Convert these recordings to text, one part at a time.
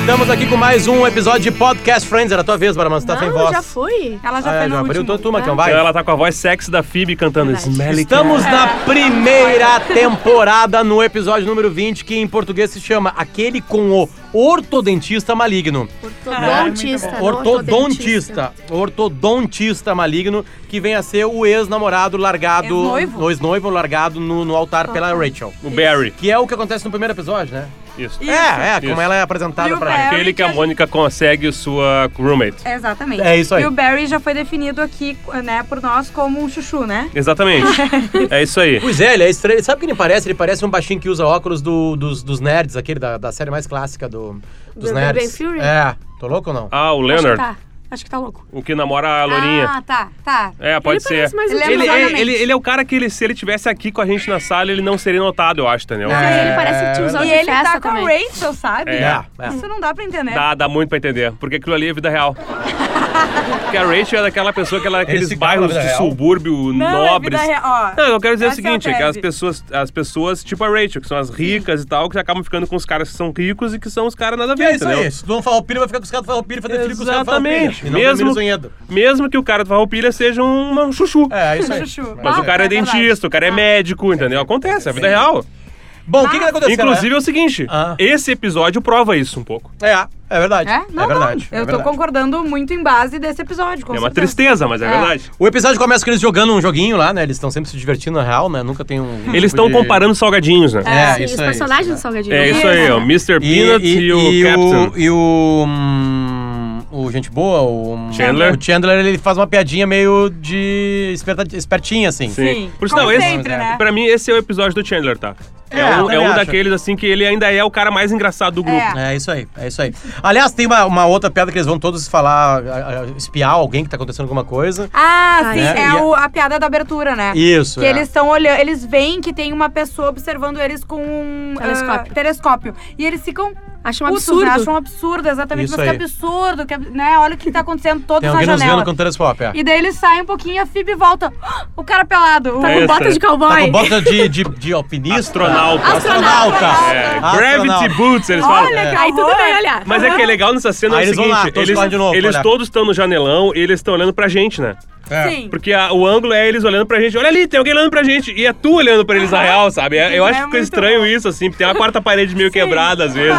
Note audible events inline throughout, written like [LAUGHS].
Estamos aqui com mais um episódio de Podcast Friends. Era a tua vez, Barman, você tá sem Não, voz. já fui. Ela já Ah, foi já no abriu último. tua turma, Ah, que não vai. Ela é tá com a voz sexy da Phoebe cantando Verdade. Smelly Cat. Estamos na primeira temporada, no episódio número 20, que em português se chama Aquele com o Ortodentista Maligno. Ortodontista. não Ortodontista. Ortodontista maligno, que vem a ser o ex-namorado largado. Ex-noivo. o ex-noivo largado no, no altar pela Rachel. O Barry. Que é o que acontece no primeiro episódio, né? Isso. é, é, Isso. como ela é apresentada E o pra. Barry. Aquele que a que a Mônica consegue sua roommate. Exatamente. É isso aí. E o Barry já foi definido aqui, né, por nós como um chuchu, né? Exatamente. é isso [LAUGHS] aí. Pois é, ele é estranho. Ele Sabe o que ele parece? Ele parece um baixinho que usa óculos do- dos, dos nerds, aquele da, da série mais clássica do, dos Do Big nerds. Bang Theory? É, tô louco ou não? Ah, o Acho que Leonard, tá. Acho que tá louco. o que namora a Lourinha. Ah, tá, tá. É, pode Ele ser. parece mais um Ele é Ele, exatamente. ele, ele é o cara que, ele, se ele tivesse aqui com a gente na sala, ele não seria notado, eu acho, entendeu? É. Mas ele parece tiozão E de ele festa tá com também. a Rachel, sabe? É. É, é. Isso não dá pra entender. Dá, dá muito pra entender, porque aquilo ali é [LAUGHS] vida real. Porque a Rachel é daquela pessoa que ela é aqueles Esse cara é bairros vida de real? subúrbio Não, é nobres. vida real. Ó, Não, eu quero dizer o essa é a seguinte, é que as tese. pessoas, as pessoas, tipo a Rachel, que são as ricas e tal, que acabam ficando com os caras que são ricos e que são os caras nada a ver, É isso entendeu? aí. Se tu não falar o vai ficar com os caras do farroupilha e fazer filho com os caras do Exatamente. farroupilha. E não com o Mesmo, Miro Zonhedo. mesmo que o cara do Farroupilha seja um, um chuchu. É, isso aí. Chuchu. Mas o cara é, Ah, É verdade. dentista, o cara é médico, entendeu? Acontece, é a vida real. Bom, o que que tá acontecendo? né? Inclusive é o seguinte, Ah. esse episódio prova isso um pouco. É, é verdade. É? Não, verdade. não. é Eu tô verdade. concordando muito em base desse episódio. com É uma certeza. tristeza, mas é, É. verdade. O episódio começa com eles jogando um joguinho lá, né? Eles estão sempre se divertindo na real, né? Nunca tem um. Eles tipo estão de- comparando salgadinhos, né? É, Sim, isso os aí, personagens isso do Salgadinho. É isso aí, ó. Mr. E, Peanut e, e- o e Captain. E o. hum, o gente boa, o. hum, Chandler. O Chandler, ele faz uma piadinha meio de. esperta- espertinha, assim. Sim. Por Como sinal, esse, sempre, né? pra mim, esse é o episódio do Chandler, tá? É, É, eu um, também é um acho. daqueles, assim, que ele ainda é o cara mais engraçado do grupo. É. É isso aí, é isso aí. Aliás, tem uma, uma outra piada que eles vão todos falar, a- a- espiar alguém que tá acontecendo alguma coisa. Ah, Ah, sim, é. é, E a- o- a piada da abertura, né? Isso. Que é. eles estão olhando, eles veem que tem uma pessoa observando eles com um Telescópio. ah, telescópio. E eles ficam Acho um putos, absurdo. né? acham um absurdo, exatamente. Isso mas aí. que absurdo, que, ab- né? Olha o que tá acontecendo todos Tem na alguém nos janela. vendo com o telescópio, é. E daí eles saem um pouquinho e a Phoebe volta. [GASPS] "Ah, O cara pelado. O- Tá Essa. com bota de Tá com cowboy. bota de, de, de alpinista. [LAUGHS] Astronauta. Astronauta. É, Astronauta. Gravity Boots, eles falam. Olha, cara. Aí tudo horror. bem, olha. É. Mas é que é legal nessa cena Aí é o eles vão seguinte, lá, todos lá eles, de novo, eles olha. todos estão no janelão e eles estão olhando pra gente, né? É. Sim. Porque a- o ângulo é eles olhando pra gente, olha ali, tem alguém olhando pra gente, e é tu olhando pra eles na real, sabe? É- eu É acho que fica muito estranho bom. isso, assim, porque tem uma quarta parede meio quebrada às vezes.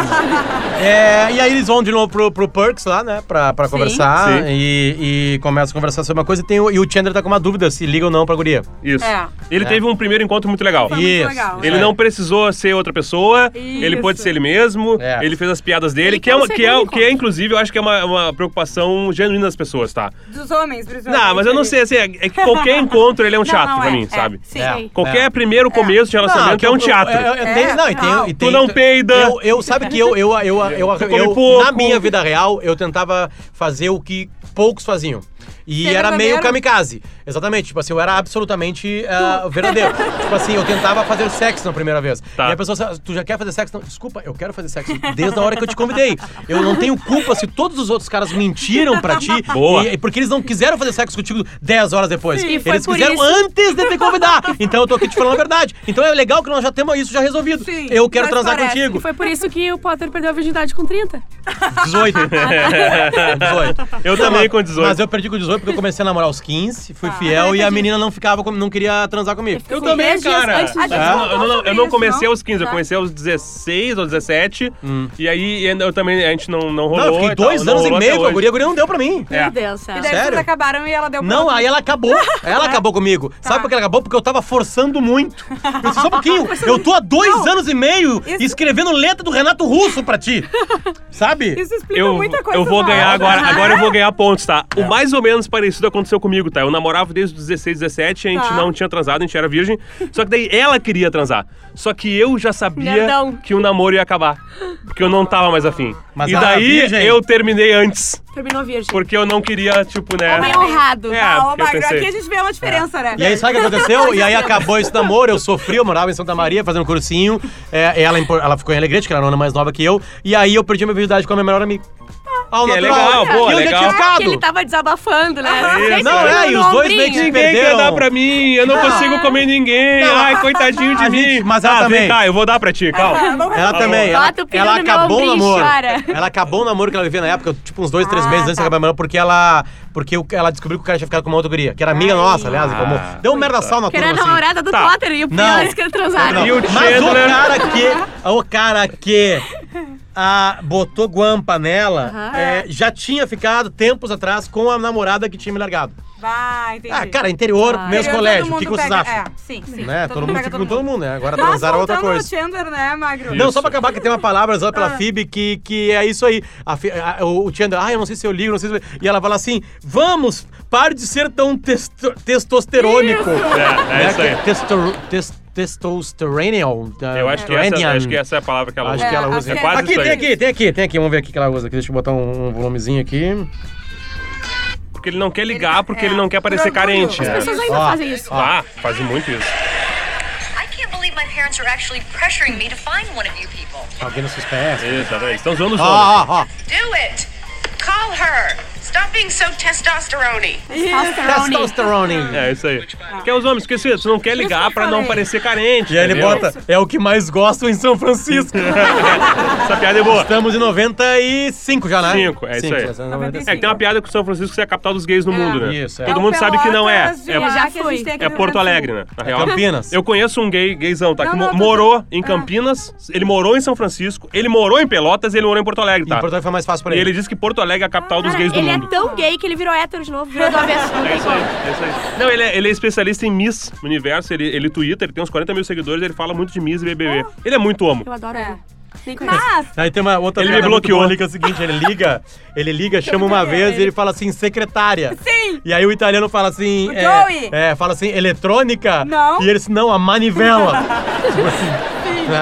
É, e aí eles vão de novo pro, pro Perks lá, né? Pra, pra conversar. Sim. E, e começam a conversar sobre uma coisa. E, tem, o- e o Chandler tá com uma dúvida se liga ou não pra guria. Isso. É. Ele teve um primeiro encontro muito legal. Foi É muito legal. Ele É. não precisou ser outra pessoa, ele Isso. pôde ser ele mesmo, É. ele fez as piadas dele, Ele que é, uma, conseguiu que, é, um que é, inclusive, eu acho que é uma, uma preocupação genuína das pessoas, tá? Dos homens, principalmente. Não, mas eu não sei, assim, é é que qualquer encontro ele é um Não, teatro não pra é, mim, é, sabe? Sim. É. Qualquer primeiro começo de Não, relacionamento que é um eu- teatro. eu- eu- eu tenho- É, não, e tem- não. e tem- Tu não peida. Eu, eu sabe que eu, eu, eu, eu, Tu eu, come eu- pouco. na minha vida real, eu tentava fazer o que poucos faziam. E Ser era meio verdadeiro. kamikaze. Exatamente. Tipo assim, eu era absolutamente ah, verdadeiro. tipo assim, eu tentava fazer sexo na primeira vez. Tá. E a pessoa, sabe, tu já quer fazer sexo? Não, desculpa, eu quero fazer sexo desde a hora que eu te convidei. Eu não tenho culpa se todos os outros caras mentiram pra ti. Boa. e- porque eles não quiseram fazer sexo contigo 10 horas depois. E foi eles por quiseram isso. antes de te [LAUGHS] convidar. Então eu tô aqui te falando a verdade. Então é legal que nós já temos isso já resolvido. Sim, eu quero mas transar parece contigo. E [LAUGHS] foi por isso que o Potter perdeu a virgindade com 30. [LAUGHS] 18. 18. Eu também com 18. Mas eu perdi com 18 porque eu comecei a namorar aos 15, fui fiel e a menina não ficava, com- não queria transar comigo. Ah, Eu também, Dez dias cara. antes É. Eu do não, eu não- eu não isso, comecei não? aos 15, eu Tá. comecei aos 16 ou 17. E aí ainda- eu também, a gente não, não Hum. rolou. Não, eu fiquei e tal, dois não anos e rolou meio até com a hoje. guria, a guria não deu pra mim. É. Meu Deus, E céu. daí Sério? vocês acabaram e ela deu pra Não, outra. aí ela acabou. É. Ela acabou comigo. Tá. Sabe por que ela acabou? Porque eu tava forçando muito. Eu disse, só um [LAUGHS] pouquinho. Eu tô há dois anos e meio Isso- escrevendo letra do Renato Russo pra ti. Sabe? Isso explica Eu, muita coisa. Ah, eu vou na [LAUGHS] ganhar obra. agora, agora eu vou ganhar pontos, tá? É. O mais ou menos parecido aconteceu comigo, tá? Eu namorava desde os 16, 17, a gente Tá. não tinha transado, a gente era virgem. Só que daí ela queria transar. Só que eu já sabia Nerdão. que o namoro ia acabar. Porque eu não tava mais afim. Mas e ela era daí virgem? eu terminei antes. Terminou virgem. Porque eu não queria, tipo, né? Homem honrado. É, Ah, ô, porque eu Magro, pensei. aqui a gente vê uma diferença, né? E aí, sabe o que aconteceu? E aí acabou esse namoro, eu sofri, eu morava em Santa Maria fazendo cursinho. É, ela, em Por- ela ficou em Alegrete, que ela era uma mais nova que eu. E aí eu perdi minha virgindade com a minha melhor amiga. ao Que é natural. legal, boa, e onde legal. é que Ah, que ficado? ele tava desabafando, né? Gente, Não, segura é, e no os dois meio que ombrinho. se Ninguém quer Perderam. dar pra mim, eu não consigo comer ninguém. Não. Ai, coitadinho de A mim. gente- mas ela ah, também. vem cá, eu vou dar pra ti, Ah, calma. Ela também. Ela, Bota o pneu ela no meu acabou o ombrinho, namoro. chora. Ela acabou o namoro que ela vivia na época, tipo uns dois, três meses antes de acabar o namoro, porque ela. Porque o- ela descobriu que o cara tinha ficado com uma outra guria, que era amiga nossa, aliás, e como. Deu um merda sal na Que era turma, a assim. namorada do Tá. Potter e o Não. pior é isso que eles transaram. Não. E o Mas o Chandler- cara que. O cara que. ah, botou guampa nela, é, já tinha ficado tempos atrás com a namorada que tinha me largado. Vai, entendi. Tá. Ah, cara, interior, mesmo Todo colégio, o mundo que, que vocês pega- acham? É, sim, sim. Né? Todo, mundo pega fica com todo mundo, né? Agora Mas transar é outra voltando coisa. ao Ah. Chandler, né, Magro? Não, Isso. só pra acabar que tem uma palavra usada pela FIB que, que é isso aí. A Fi- a- o o Chandler, ah, eu não sei se eu ligo, não sei se eu... E ela fala assim, vamos, pare de ser tão testo testosterônico. É, é isso aí. Testo tes- testosteronial. Eu acho que, essa, acho que essa é a palavra que ela Acho usa. que ela usa. é quase aqui, isso tem aí. aqui, tem aqui, tem aqui. Vamos ver o que que ela usa aqui. Deixa eu botar um, um volumezinho aqui. Porque ele não quer ligar, porque ele não quer parecer Por orgulho. carente. As né? As pessoas ainda Ó. fazem isso. Ah, fazem muito isso. I can't believe my parents are actually pressuring me to find one of you people. Alguém nos pés. Isso, olha aí. Estão zoando Ah, os outros. Ó, ó, ó. Do it! Call her! Stop being so testosterone! Testosterone. É, isso aí. Quer os homens esquecidos, tu não quer ligar eu pra não falei. parecer carente. E aí ele entendeu? bota, é o que mais gostam em São [LAUGHS] Francisco. Essa piada é boa. Estamos em 95 já, né? Cinco, é isso aí. já são 95. É que tem uma piada com São Francisco ser a capital dos gays no mundo, né? Isso, é. Todo É o mundo sabe que não um é. Pelotas de É, lá Já que a gente fui. tem aqui é no Porto Brasil. Alegre, né? Na real. Campinas. Eu conheço um gay, gayzão, tá? que Não, mo- não, tô- morou em Campinas, ele morou em São Francisco, ele morou em Pelotas e ele morou em Porto Alegre, E tá? Porto Alegre foi mais fácil pra E ele. ele disse que Porto Alegre é a capital dos Cara, gays do ele mundo. é tão gay que ele virou hétero de novo, virou [LAUGHS] do avesso. É isso aí, é isso aí. Não, ele é, ele é especialista em Miss Universo, ele, ele twitta, ele tem uns 40 mil seguidores, ele fala muito de Miss e BBB. Ah. Ele é muito homo. Eu adoro ele. Tá, Nem conheço. é. Mas, Aí tem uma outra Ele piada me muito bloqueou. boa ali que é o seguinte, ele liga, ele liga, chama uma vez e ele fala assim, secretária. é Sim. E aí o italiano fala assim... O é, Joey. É, fala assim, eletrônica. Não. E ele disse, não, a [LAUGHS] manivela. tipo assim. né?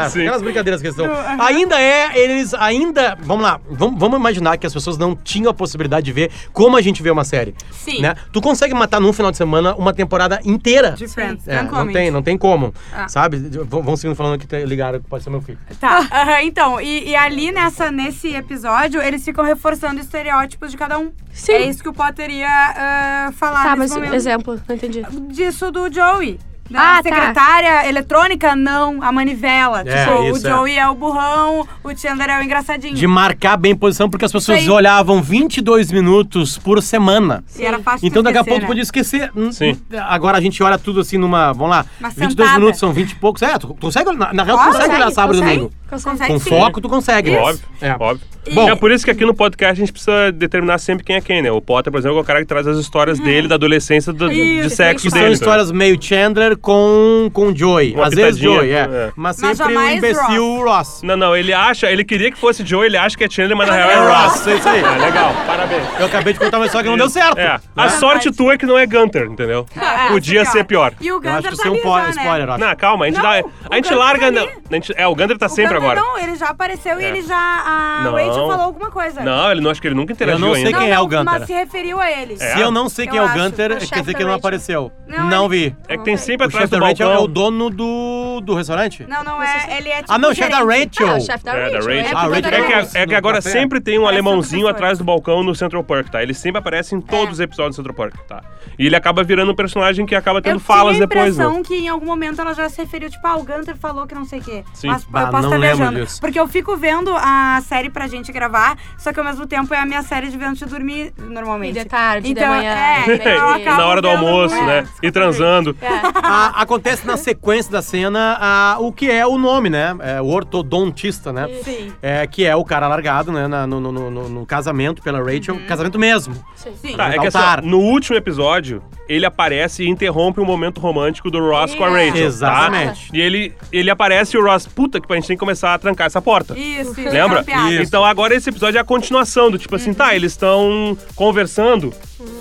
Sim. Aquelas brincadeiras que eles estão. Ainda é, eles ainda... Vamos lá, vamos, vamos imaginar que as pessoas não tinham a possibilidade de ver como a gente vê uma série. Sim. Né? Tu consegue matar num final de semana uma temporada inteira. de Ah. Friends, É, não não come. tem, não tem como. Sabe? V- Vão seguindo falando que tá- ligaram, que pode ser meu filho. Tá, aham, então, e, e ali nessa, nesse episódio, eles ficam reforçando estereótipos de cada um. Sim. É isso que o Potter ia ah, falar Tá, mas nesse momento. exemplo, não entendi. Disso do Joey. Ah, Da tá. secretária eletrônica, não, a manivela. É, tipo, isso, o é. Joey é. o burrão, o Chandler é o engraçadinho. De marcar bem posição, porque as pessoas Isso aí. olhavam 22 minutos por semana. E era fácil Então de daqui a esquecer, pouco né? podia esquecer. Hum, Sim. hum, Agora a gente olha tudo assim numa. Vamos lá. Uma 22 sentada. minutos são 20 e poucos. É, tu consegue. Na, na real, tu Claro, consegue olhar sábado e domingo. Consegue. Consegue. Com sim. foco, tu consegue. Óbvio, É. óbvio. Bom. é por isso que aqui no podcast a gente precisa determinar sempre quem é quem, né? O Potter, por exemplo, é o cara que traz as histórias dele, da adolescência, do, Uhum. Isso, de sexo Que dele. são tá? histórias meio Chandler com, com Joey. Uma Às vezes pitadinha, Joey, é. é. Mas Mas sempre o jamais imbecil Ross. Não, não, ele acha, ele queria que fosse Joe, ele acha que é Chandler, mas na real É é Ross. Ross, é isso aí. É, legal, parabéns. Eu acabei de contar uma história que não deu certo. É, a Né? sorte tua é que não é Gunter, entendeu? É, Podia ser pior. E Eu o acho Gunther que isso tá é um ali po- já, né? spoiler, acho. Não, calma, a gente, Não, dá, o a gente Gunther larga. tá não, ali. a gente- é, o Gunter tá O sempre Gunther agora. Não, ele já apareceu e É. ele já... A Não. Rachel falou alguma coisa. Não, ele não acho que ele nunca Eu interagiu não sei ainda. quem é o Gunther. Mas se referiu a ele. É. Se eu não sei quem Eu é o acho, Gunter, o né? quer chefe dizer que da ele não Rachel. apareceu. Não, Não, vi. É que tem sempre O chefe atrás do da Rachel é balcão. o dono do, do restaurante? Não, não é. Ele é tipo ah, não, o chefe da gerente. Rachel. Ah, o chefe da É, Rachel. da Rachel. É, Ah, porque Rachel toda É vez- que, a- é que agora Café. sempre tem um Parece alemãozinho outra pessoa. atrás do balcão no Central Park, tá? Ele sempre aparece em todos os episódios do Central Park, tá? E ele acaba virando um personagem que acaba tendo Eu falas tinha a depois, impressão né? que em algum momento ela já se referiu, tipo, ah, o Gunter falou que não sei o quê. Sim. Mas Bah, eu posso Ah, não estar lembro viajando. disso. Porque eu fico vendo a série pra gente gravar, só que ao mesmo tempo é a minha série de vendo de dormir normalmente. E de tarde, de então, manhã, É, [LAUGHS] então eu meio-dia. acabo Na hora do vendo almoço, muito. né? E transando. É. Ah, acontece na sequência da cena ah, o que é o nome, né? É, o ortodontista, né? Sim. É, que é o cara largado, né? na- no, no- no- no- no casamento pela Rachel. Uhum. Casamento mesmo. [LAUGHS] Sim. Tá, é que assim, Altar. ó, no último episódio, ele aparece e interrompe o momento romântico do Ross com a Rachel. tá? Exatamente. E ele, ele aparece e o Ross, puta, que a gente tem que começar a trancar essa porta. Isso, isso. Lembra? campeado. Isso. Então agora esse episódio é a continuação do tipo assim, tá, eles estão conversando,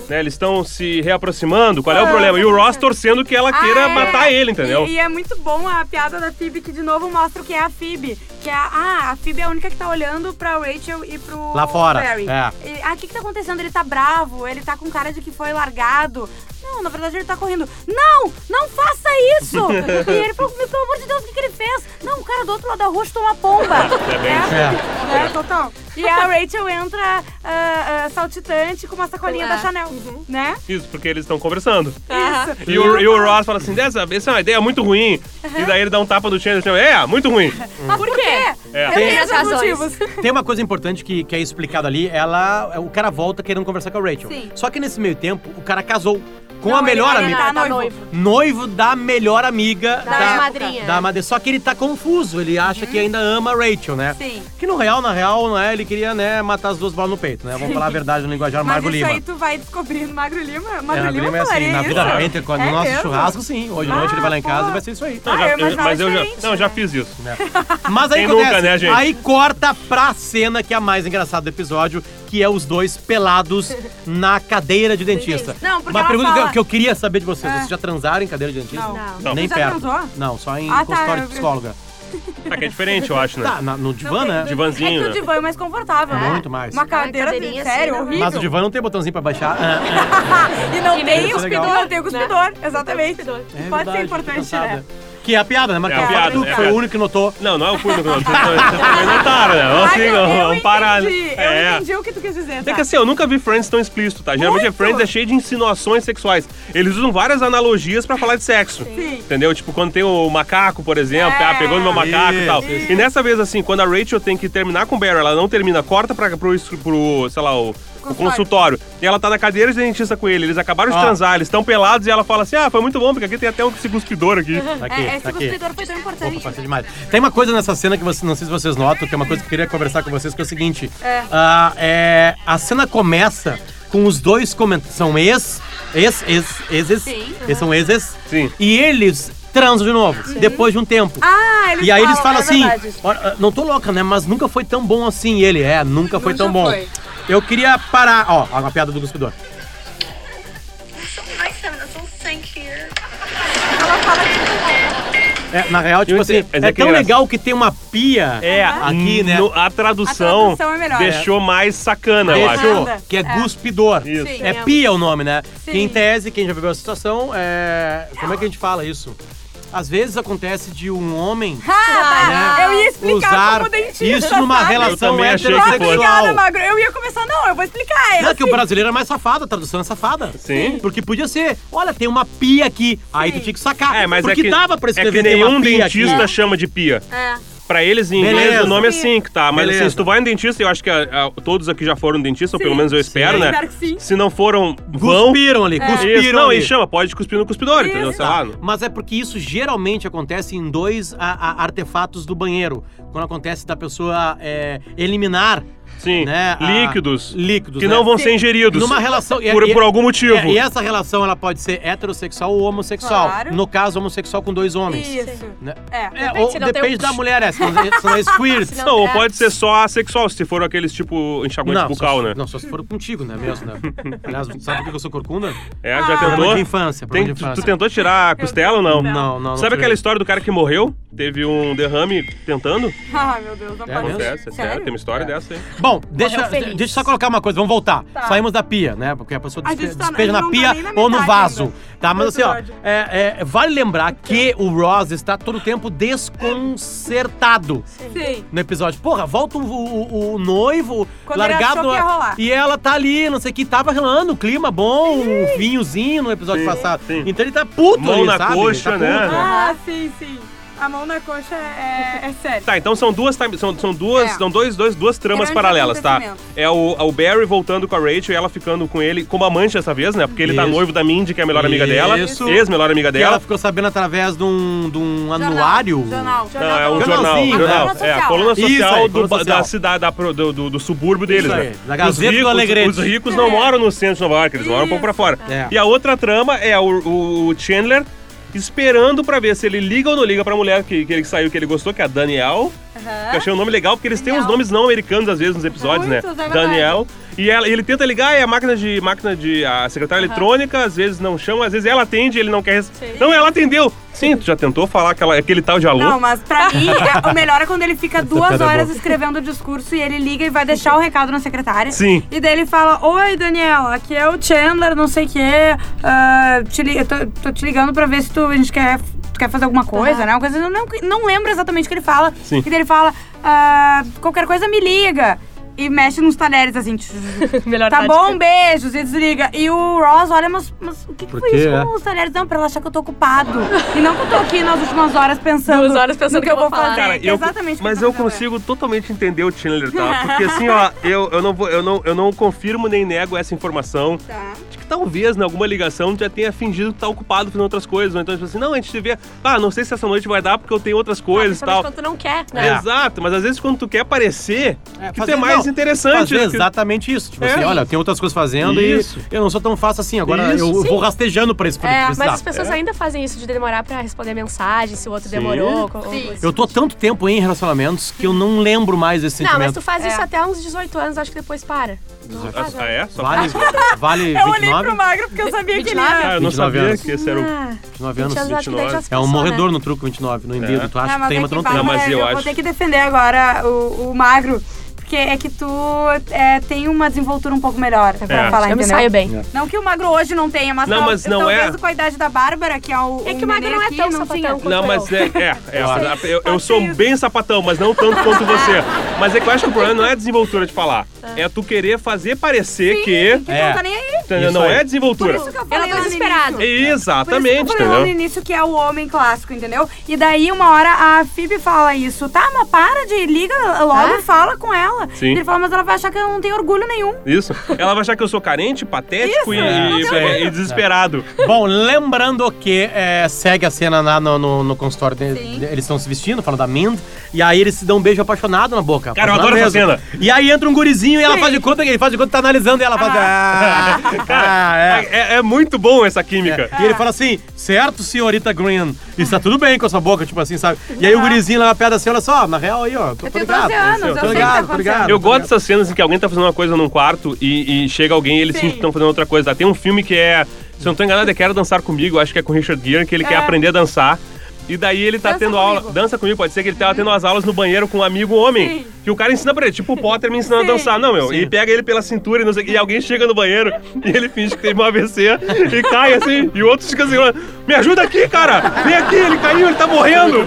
né? Eles estão se reaproximando, qual é o problema? E o Ross torcendo que ela queira Ah, é. matar ele, entendeu? E, e é muito bom a piada da Phoebe, que de novo mostra o que é a Phoebe. Que é, a- ah, a Phoebe é a única que tá olhando pra Rachel e pro Lá fora, Barry. é. E, ah, o que que tá acontecendo? Ele tá bravo, ele tá com cara de que foi largado. Não, na verdade ele tá correndo. Não, não faça [LAUGHS] isso! e ele falou comigo, [LAUGHS] pelo amor de Deus, o que, que ele fez? Não, o cara do outro lado da rua chutou uma pomba. É bem isso. é, total. E a Rachel entra ah, ah, saltitante com uma sacolinha É. da Chanel, né? Isso, porque eles estão conversando. Aham. E o, e o Ross fala assim, dessa vez é uma ideia muito ruim. E daí ele dá um tapa no Chandler e fala, é, muito ruim. Mas Uhum. por quê? É. Eu Tem tenho as esses razões. motivos. Tem uma coisa importante que, que é explicada ali, ela. O cara volta querendo conversar com a Rachel. Sim. Só que nesse meio tempo, o cara casou com a ele- melhor ele amiga. tá Tá noivo. noivo. Noivo da melhor amiga Da madrinha. da madrinha. Só que ele tá confuso, ele acha que ainda ama a Rachel, né? Uhum. Sim. Que no real, na real, né, ele queria, né, matar as duas balas no peito, né? Vamos falar a verdade no linguajar Mas Margo isso Lima. aí tá tu vai descobrir no Magro Lima. É, Magro Margo Lima, Lima é assim, falaria na isso. vida entre quando É no nosso mesmo? Ah, churrasco, sim. Hoje à noite ele vai lá em casa pô. e vai ser isso aí. Não, Ah, já- eu imaginava mas eu já, diferente, né? não, já fiz isso. Mas aí Quem acontece, nunca, né, gente? aí corta pra cena que é a mais engraçada do episódio, que é os dois [LAUGHS] pelados na cadeira de dentista. Não, porque Uma ela pergunta fala- É. que eu- que eu queria saber de vocês, vocês já transaram em cadeira de dentista? Não. Não. Não. Nem Já perto. transou? Não, só em Ah, tá, consultório eu- de psicóloga. Ah, que é diferente, eu acho, né? Tá, na- no divã, né? É Divanzinho, que o né? divã é mais confortável, né? Muito mais. Uma cadeira, cadeirinha assim, sério, né? horrível. Mas o divã não tem botãozinho pra baixar. Ah, e não E nem tem isso é legal. cuspidor, não Né? tem o cuspidor, exatamente. cuspidor. é Pode verdade, ser importante, fiquei né? cansada. Que é a piada, né, Marcão? É a piada, Tu né, foi cara? o único que notou. Não, não é [LAUGHS] o público, não. Vocês também notaram, né? Não, Ai, assim, eu, não, eu vamos parar. né? entendi, eu É. entendi o que tu quis dizer, É tá? que assim, eu nunca vi Friends tão explícito, tá? Geralmente Muito! Friends é cheio de insinuações sexuais. Eles usam várias analogias pra falar de sexo. Sim. Entendeu? Tipo, quando tem o macaco, por exemplo, É. ah, pegou no meu macaco e tal. Isso. E nessa vez, assim, quando a Rachel tem que terminar com o Barry, ela não termina, corta pra, pro, es- pro, sei lá, o, o consultório. E ela tá na cadeira de dentista com ele. Eles acabaram de Ó. transar, eles estão pelados e ela fala assim: ah, foi muito bom, porque aqui tem até um esse cuspidor aqui. Aqui, tá É, esse aqui. cuspidor foi tão Opa, importante. passei demais. Tem uma coisa nessa cena que você, não sei se vocês notam, que é uma coisa que eu queria conversar com vocês, que é o seguinte. Ah, é, a cena começa com os dois comentando. São ex, ex, ex, exes. Eles são exes. Sim. E eles transam de novo, depois de um tempo. Ah, eles E aí eles falam falam, é assim, verdade. "Ora, não tô louca, né? Mas nunca foi tão bom assim. E ele, é, nunca foi tão bom. Eu queria parar, ó, a piada do cuspidor. It's so nice having this little sink here. É, na real, tipo assim, entendo, mas é é que tão é engraçado. legal que tem uma pia É, aqui, né? no- a tradução, A tradução é melhor. deixou mais sacana, eu acho. Deixou, Nada. que é guspidor. Isso. Sim. um É pia o nome, né? Sim. Que em tese, quem já viveu a situação, é... como é que a gente fala isso? Às vezes acontece de um homem [LAUGHS] Ah, né, eu ia explicar usar como dentista. isso numa sabe? relação também achei que heterossexual. fosse. Obrigada, Magro. Eu ia começar, não, eu vou explicar. É Não, que o assim. brasileiro é mais safado, a tradução é safada. Sim. Porque podia ser, olha, tem uma pia aqui. Aí tu tinha que sacar. É, mas Ah, porque é que, dava pra é escrever que tem uma nenhum pia aqui. dentista chama de pia. É. Pra eles, em inglês, Beleza. o nome é sink, tá? Mas Beleza. assim, se tu vai no dentista, eu acho que a- a- todos aqui já foram no dentista, ou pelo menos eu espero, Sim. É. né? Espero que sim. Se não foram, vão. Cuspiram ali, cuspiram Isso, É. não, ali. e chama, pode cuspir no cuspidor, entendeu? Sei lá. Mas é porque isso geralmente acontece em dois a- a- artefatos do banheiro. Quando acontece da pessoa é, eliminar Sim. né, a- líquidos. líquidos, Que né? não vão ser ingeridos. numa relação e- por, e- por algum motivo. é, e essa relação ela pode ser heterossexual ou homossexual. Claro. No caso, homossexual com dois homens. Isso. Né? É. É, Depende, ou, se não tem depende um- da mulher, é. Senão, [LAUGHS] senão é squirt. não- Não, ou é. pode ser só assexual, se for aqueles tipo enxaguante bucal, só, né? Não, só se for contigo, né? Mesmo, [LAUGHS] né? Aliás, sabe por que eu sou corcunda? É, já Problema tentou? de infância, Tem- problema de tu, tu infância. tentou tirar a costela ou não? Não, não, não Sabe tirei. aquela história do cara que morreu? Teve um derrame tentando? [LAUGHS] Ah, meu Deus, não É pode mesmo? ser. Acontece, é sério, tem uma história dessa aí. Bom, deixa, Morreu feliz. deixa eu só colocar uma coisa, vamos voltar. Saímos da pia, né? Porque a pessoa Tá. A despe- gente tá- despeja a gente na não tá pia nem na ou no metade vaso. ainda Tá, mas do assim, ó, episódio. é- é, vale lembrar que o Ross está todo o tempo desconcertado. Sim. No episódio, porra, volta o, o- o noivo Quando ele largado. achou que ia rolar. E ela tá ali, não sei o que, tava rolando, clima bom, um vinhozinho no episódio Sim, passado. sim. Então ele tá puto, Mão ali, na sabe? coxa, Tá puto. né? Ah, sim, sim. A mão na coxa é, é sério. Tá, então são duas time- são, são duas, É. são dois, dois, duas tramas Grande paralelas, tá? acontecimento. É o, é o Barry voltando com a Rachel e ela ficando com ele como amante dessa vez, né? Porque ele tá Isso. noivo da Mindy, que é a melhor amiga dela, Isso. ex-melhor amiga Que ela dela. ficou sabendo através de um, de um anuário. Jornal. Não, é um jornal. jornal, Jornalzinho, jornal. né? É, a coluna Isso social, aí, do, coluna ba- social. da cidade, da pro- do, do- do subúrbio deles, Isso aí, né? da Gazeta do os ricos, Alegrete. Os ricos não moram no centro de Nova York, eles moram um pouco pra fora. É. E a outra trama é o, o Chandler esperando pra ver se ele liga ou não liga pra mulher que, que ele saiu, que ele gostou, que é a Danielle. Que eu achei um nome legal, porque eles têm uns nomes não americanos às vezes nos episódios, Muitos, é né? verdade. Daniel. E ela- ele tenta ligar, é a máquina de. máquina de. a secretária eletrônica, às vezes não chama, às vezes ela atende, ele não quer. res- Não, ela atendeu! Sim, tu já tentou falar aquela, aquele tal de alô? Não, mas pra mim, é- o melhor é quando ele fica duas piada é horas boa. escrevendo o discurso e ele liga e vai deixar o recado na secretária. Sim. E daí ele fala: Oi, Daniela, aqui é o Chandler, não sei o quê. ah, te li- eu tô, tô te ligando pra ver se tu, a gente quer. Tu quer fazer alguma Tá. coisa, né? Uma coisa, eu não, não lembro exatamente o que ele fala. Sim. E daí ele fala: "Ah, qualquer coisa me liga. e mexe nos talheres, assim. Melhor Tá tática. bom, beijos, e desliga. E o Ross olha, mas, mas o que, que Por foi quê, isso é? com os talheres? Não, pra ela achar que eu tô ocupado. E não que eu tô aqui nas últimas horas pensando. Duas horas pensando no que eu vou falar. fazer. Cara, que é eu, exatamente o que mas tá eu fazendo. consigo totalmente entender o Chandler, tá? Porque [LAUGHS] assim, ó, eu, eu, não vou, eu, não, eu não confirmo nem nego essa informação. Tá. De que talvez, em alguma ligação, já tenha fingido que tá ocupado fazendo outras coisas. Ou então, tipo assim, não, a gente se vê... Ah, não sei se essa noite vai dar porque eu tenho Tá, outras coisas e Principalmente tal. quando tu não quer, É. né? Exato, mas às vezes quando tu quer aparecer, É, que tu fazer- é mais não, interessante. né, Fazer que- exatamente isso. Tipo É. assim, olha, tem outras coisas fazendo Isso. e eu não sou tão fácil assim. Agora Isso. eu vou rastejando pra isso. pra É, precisar. mas as pessoas ainda fazem isso de demorar pra responder mensagem, se o outro Sim. demorou. co- Sim. coisa. Eu tô há tanto tempo em relacionamentos que eu não lembro mais desse Não, mas sentimento. tu faz isso até uns 18 anos, acho que depois para. Não faz, Ah, não. é? Só Vale, vale Eu olhei 29, pro magro porque eu sabia que ele ia. Ah, eu não 29 sabia anos. que esse era o... Ah, 29 20 anos. anos, acho que daí já se É um cansou, morredor né? no truco 29, no embido. É. Tu acha Ah, que mas tem, é mas tu não que tem. Não, mas Valério, eu vou acho- ter que defender agora o, o magro, porque é que tu é, tem uma desenvoltura um pouco melhor pra É. falar, eu me entendeu? saio bem. Não que o magro hoje não tenha, mas, Não, tal- mas não talvez é. com a idade da Bárbara, que é o É que o magro não é aqui, tão não tinha. sapatão quanto Não, mas eu. é. é, é, Claro. eu- eu, eu sou bem sapatão, mas não tanto quanto você. Mas é que eu acho que o problema não é a desenvoltura de falar. É tu querer fazer parecer que. Que tu É. não tá nem aí. entendeu? Isso Não aí. é desenvoltura. É, Isso que eu falei Ela lá tá no desesperada. início. Exatamente, Por isso que eu falei lá no entendeu? início que é o homem clássico, entendeu? E daí, uma hora, a Phoebe fala isso. Tá, mas para de... Liga logo e fala com ela. Sim. Ele fala, mas ela vai achar que eu não tenho orgulho nenhum. Isso. Ela vai achar que eu sou carente, patético e, É, e- isso aí. e desesperado. Bom, lembrando que é, segue a cena lá no, no, no consultório. de- de- eles estão se vestindo, falando da Mind. E aí eles se dão um beijo apaixonado na boca. Cara, eu apaixonado adoro essa mesmo. E aí entra um gurizinho e ela faz de conta que ele faz de conta que tá analisando e ela faz. Ah, ah, é. É, é muito bom essa química. E ele fala assim, certo, senhorita Green, está tudo bem com a sua boca, tipo assim, sabe? E aí o gurizinho lá na pedra assim, olha só, na real aí, ó, tô, tô Eu tenho ligado. 12 anos, eu tô sei o que tá ligado, tô acontecendo. ligado. Eu tô gosto ligado. dessas cenas em que alguém tá fazendo uma coisa num quarto e, e chega alguém e eles sim estão fazendo outra coisa. Tem um filme que é, se eu não tô enganado, é Quero Dançar Comigo, acho que é com o Richard Gere, que ele quer aprender a dançar. E daí ele tá Dança tendo aula. Comigo. Dança comigo, pode ser que ele tava tendo as aulas no banheiro com um amigo homem. Que o cara ensina pra ele, tipo o Potter me ensinando a dançar. Não, meu. E pega ele pela cintura e não sei o que. E alguém chega no banheiro e ele finge que teve um AVC e cai assim. E o outro fica assim, me ajuda aqui, cara! Vem aqui, ele caiu, ele tá morrendo!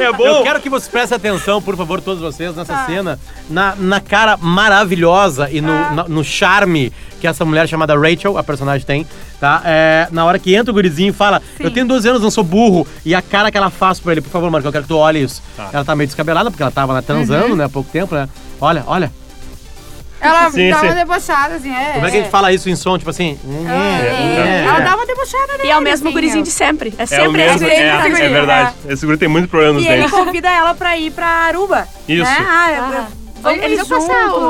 É bom. Eu quero que vocês prestem atenção, por favor, todos vocês, nessa cena, na, na cara maravilhosa e no, na- no charme que essa mulher chamada Rachel, a personagem tem, tá? É, na hora que entra o gurizinho e fala, eu tenho 12 anos, não sou burro, e a cara que ela faz pra ele, por favor, Marco, eu quero que tu olhe isso. Ela tá meio descabelada, porque ela tava né, transando, né, há pouco tempo, né? Olha, olha. Ela Sim, dá sim. uma debochada, assim, é. Ah, Como é que a gente fala isso em som, tipo assim? é. Ela dá uma debochada nele, E é o mesmo assim, gurizinho ó. de sempre. É É o sempre mesmo, esse. é, esse guri, é verdade. Esse guri tem muito problema nos né? E ele dentes. convida ela pra ir pra Aruba. Isso. Né? Ah, eu- Ah. eu- Vamos- eles eles vão juntos, passar o-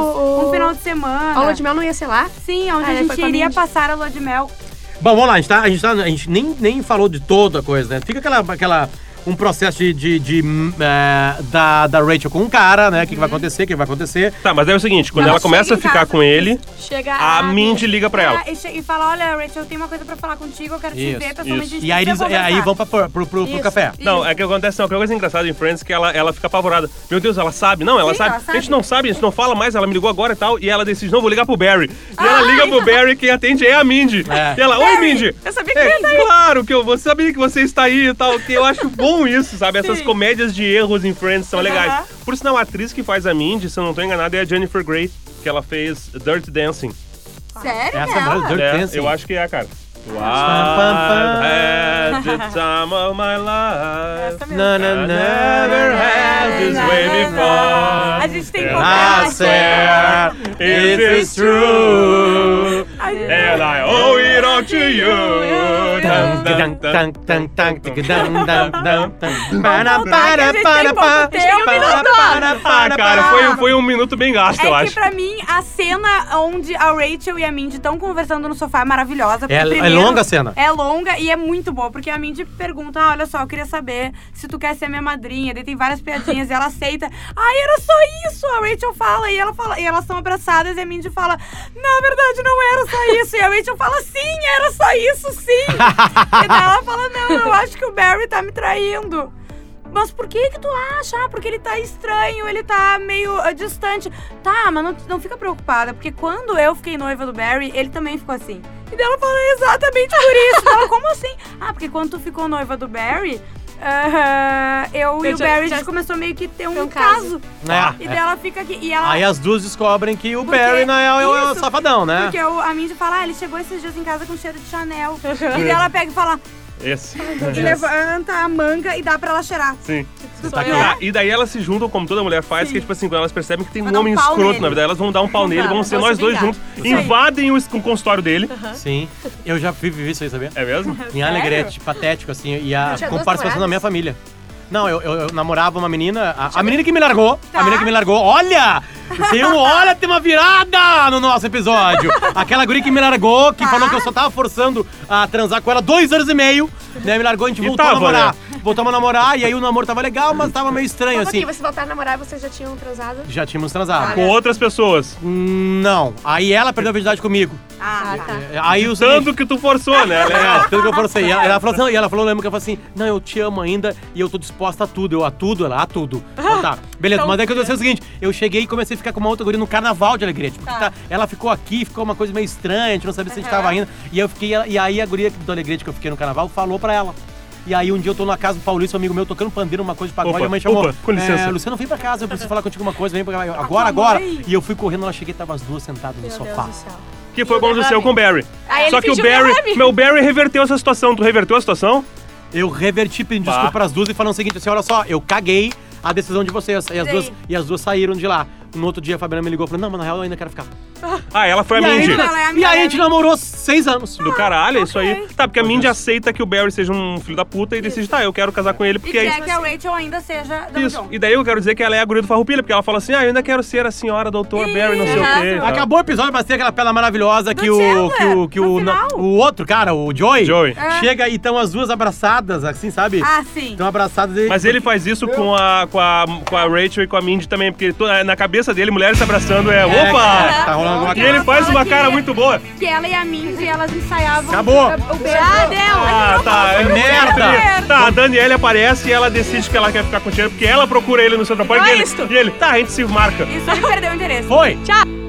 o- um final de semana. A lua de mel não ia ser lá? Sim, onde Ah, a ele foi gente com a iria Mindy. passar a lua de mel. Bom, vamos lá, a gente, tá, a gente, tá, a gente nem, nem falou de toda a coisa, né? Fica aquela. aquela um processo de, de, de, hum, é, da, da Rachel com um cara, né? O que, que vai Uhum. acontecer, o que vai acontecer. Tá, mas é o seguinte, quando Não, ela começa a chega em ficar casa. com ele, Chega a Mindy liga pra ela. Ah, e, che- e fala, olha, Rachel, eu tenho uma coisa pra falar contigo, eu quero Isso, te ver tá pessoalmente. isso. a gente E aí, eles, é, precisa aí conversar." vão pra, pro, pro, pro Isso. café. Não, é que acontece, não. Que uma coisa engraçada em Friends que ela, ela fica apavorada. Meu Deus, ela sabe? Não, ela, Sim, sabe. ela sabe. A gente não sabe, a gente não fala mais, ela me ligou agora e tal. E ela decide, não, vou ligar pro Barry. E ela liga pro Barry, quem atende é a Mindy. É. E ela, oi, Mindy. eu sabia que é, eu ia estar aí. Claro que eu vou- sabia que você está aí e tal. Que eu acho bom isso, sabe? Essas comédias de erros em Friends são legais. Aham. Por sinal, a atriz que faz a Mindy, se eu não tô enganado, é a Jennifer Grey, que ela fez Dirty Dancing. Essa Sério? é Ela? a Dirty É, Dancing. Eu acho que é, cara. Wow, pam, had [LAUGHS] the time of my life. Essa mesmo. Na, na, I na, never had this way A before. gente tem é, que And contar. I swear it is true. And I owe it all to you. Dun, dun, dun, dun, dun, dun. um Ah, cara, foi, foi um minuto bem gasto, eu É que acho. pra mim, a cena onde a Rachel e a Mindy estão conversando no sofá é maravilhosa. porque É- é primeiro- longa a cena. É longa e é muito boa, porque a Mindy pergunta, ah, olha só, eu queria saber se tu quer ser minha madrinha. Daí tem várias piadinhas e ela aceita. [LAUGHS] Ai, era só isso! A Rachel fala e, ela fala, e elas são abraçadas e a Mindy fala, na verdade não era só isso. E a Rachel fela sim, era só isso, [LAUGHS] sim! e daí ela fala, não, eu acho que o Barry tá me traindo. Mas por que que tu acha? Ah, porque ele tá estranho, ele tá meio ah, distante. Tá, mas não, não fica preocupada, porque quando eu fiquei noiva do Barry, ele também ficou assim. [LAUGHS] E daí ela fala exatamente por isso. ela, como assim? Ah, porque quando tu ficou noiva do Barry, ah, eu e Eu o já- Barry, a já- gente começou meio que ter um, Ter um caso. caso. Né? E daí ela fica aqui. E ela. Aí as duas descobrem que o Porque- Barry, na real, é o isso, safadão, né? Porque o- a Mindy fala, ah, ele chegou esses dias em casa com cheiro de [LAUGHS] Chanel. e daí ela pega e fala, Esse. [LAUGHS] e levanta a manga e dá pra ela cheirar. Sim. Tá aqui, Tá, e daí elas se juntam, como toda mulher faz, que é tipo assim, quando elas percebem que tem Vai um dar um homem pau escroto nele. na vida, elas vão dar um pau nele, dar, vão ser vão nós se dois vingar. juntos, invadem o, es- o consultório dele. Sim. Eu já vi- vivi isso aí, sabia? É mesmo? Em Alegrete, patético, assim, e a, Eu tinha com duas participação da namoradas? minha família. Não, eu, eu, eu namorava uma menina, a, a menina que me largou, a Tá. menina que me largou, olha! Tem um, olha, tem uma virada no nosso episódio. Aquela guria que me largou, Tá. que falou que eu só tava forçando a transar com ela dois anos e meio, né, me largou, a gente E voltou tava, né? a namorar. Voltamos a namorar, e aí o namoro tava legal, mas tava meio estranho, Como assim. que vocês voltaram a namorar e vocês já tinham transado? Já tínhamos transado. Tá. Com outras pessoas. Hum, Não, aí ela perdeu a virgindade comigo. Ah, tá. Aí os Tanto que tu forçou, né? Legal. É, tudo que eu forcei. E ela, ela falou assim, não, e ela falou, lembra que ela falou assim, não, eu te amo ainda e eu tô disposta a tudo. Eu, a tudo, ela, a tudo. Eu, Ah, tá, beleza, então mas daí que eu sei o seguinte, eu cheguei e comecei a ficar com uma outra guria no carnaval de Alegria. Tipo, que tá- ela ficou aqui, ficou uma coisa meio estranha, a gente não sabia se a gente tava indo. E eu fiquei, e aí a guria do Alegria que eu fiquei no carnaval falou pra ela. E aí um dia eu tô na casa do Paulista, um amigo meu, tocando pandeiro, uma coisa de pagode, Opa, a mãe chamou. opa, com licença. "É, Luciano, vem pra casa, eu preciso falar contigo uma coisa, vem pra cá. Eu, Agora, agora. E eu fui correndo, ela cheguei, tava as duas sentadas no Meu sofá. Deus do céu. Que foi o que aconteceu com o Barry. Aí ele Só que o pediu Barry. derrame. Meu, o Barry reverteu essa situação. Tu reverteu a situação? Eu reverti, pedi Bah. desculpa pras duas e falando o seguinte, assim, olha só, eu caguei a decisão de vocês. E as, duas, e as duas saíram de lá. No outro dia a Fabiana me ligou e falou, não, mas na real eu ainda quero ficar. Ah, ela foi a e aí, Mindy. ela é a e minha aí a gente namorou seis anos. Do caralho, é isso aí. Tá, porque a Mindy aceita que o Barry seja um filho da puta e decide, tá, eu quero casar com ele, E porque é quer isso. que a Rachel ainda seja da Isso. E daí eu quero dizer que ela é a guria do Farroupilha, porque ela fala assim, ah, eu ainda quero ser a senhora doutor Barry, não sei o quê. Tá. Acabou o episódio, mas tem aquela pela maravilhosa que o, Chandler, que o. que o. no na- final. O outro, cara, o Joey. Joey. Chega e estão as duas abraçadas, assim, sabe? Ah, sim. Então- Estão abraçadas e. Mas ele faz isso com a, com, a, com a Rachel e com a Mindy também, porque to- é, na cabeça dele, mulheres se abraçando é, É, opa! Tá rolando alguma E ele faz uma cara muito boa. Que ela e a Mindy, elas ensaiavam. Acabou. O beijo. Ah, deu. Ah, tá. é merda. tri- Tá, a Daniela aparece e ela decide que ela quer ficar com o Chandler, porque ela procura ele no Central Park e ele, e ele, tá, a gente se marca. Isso, ele perdeu o interesse. Foi!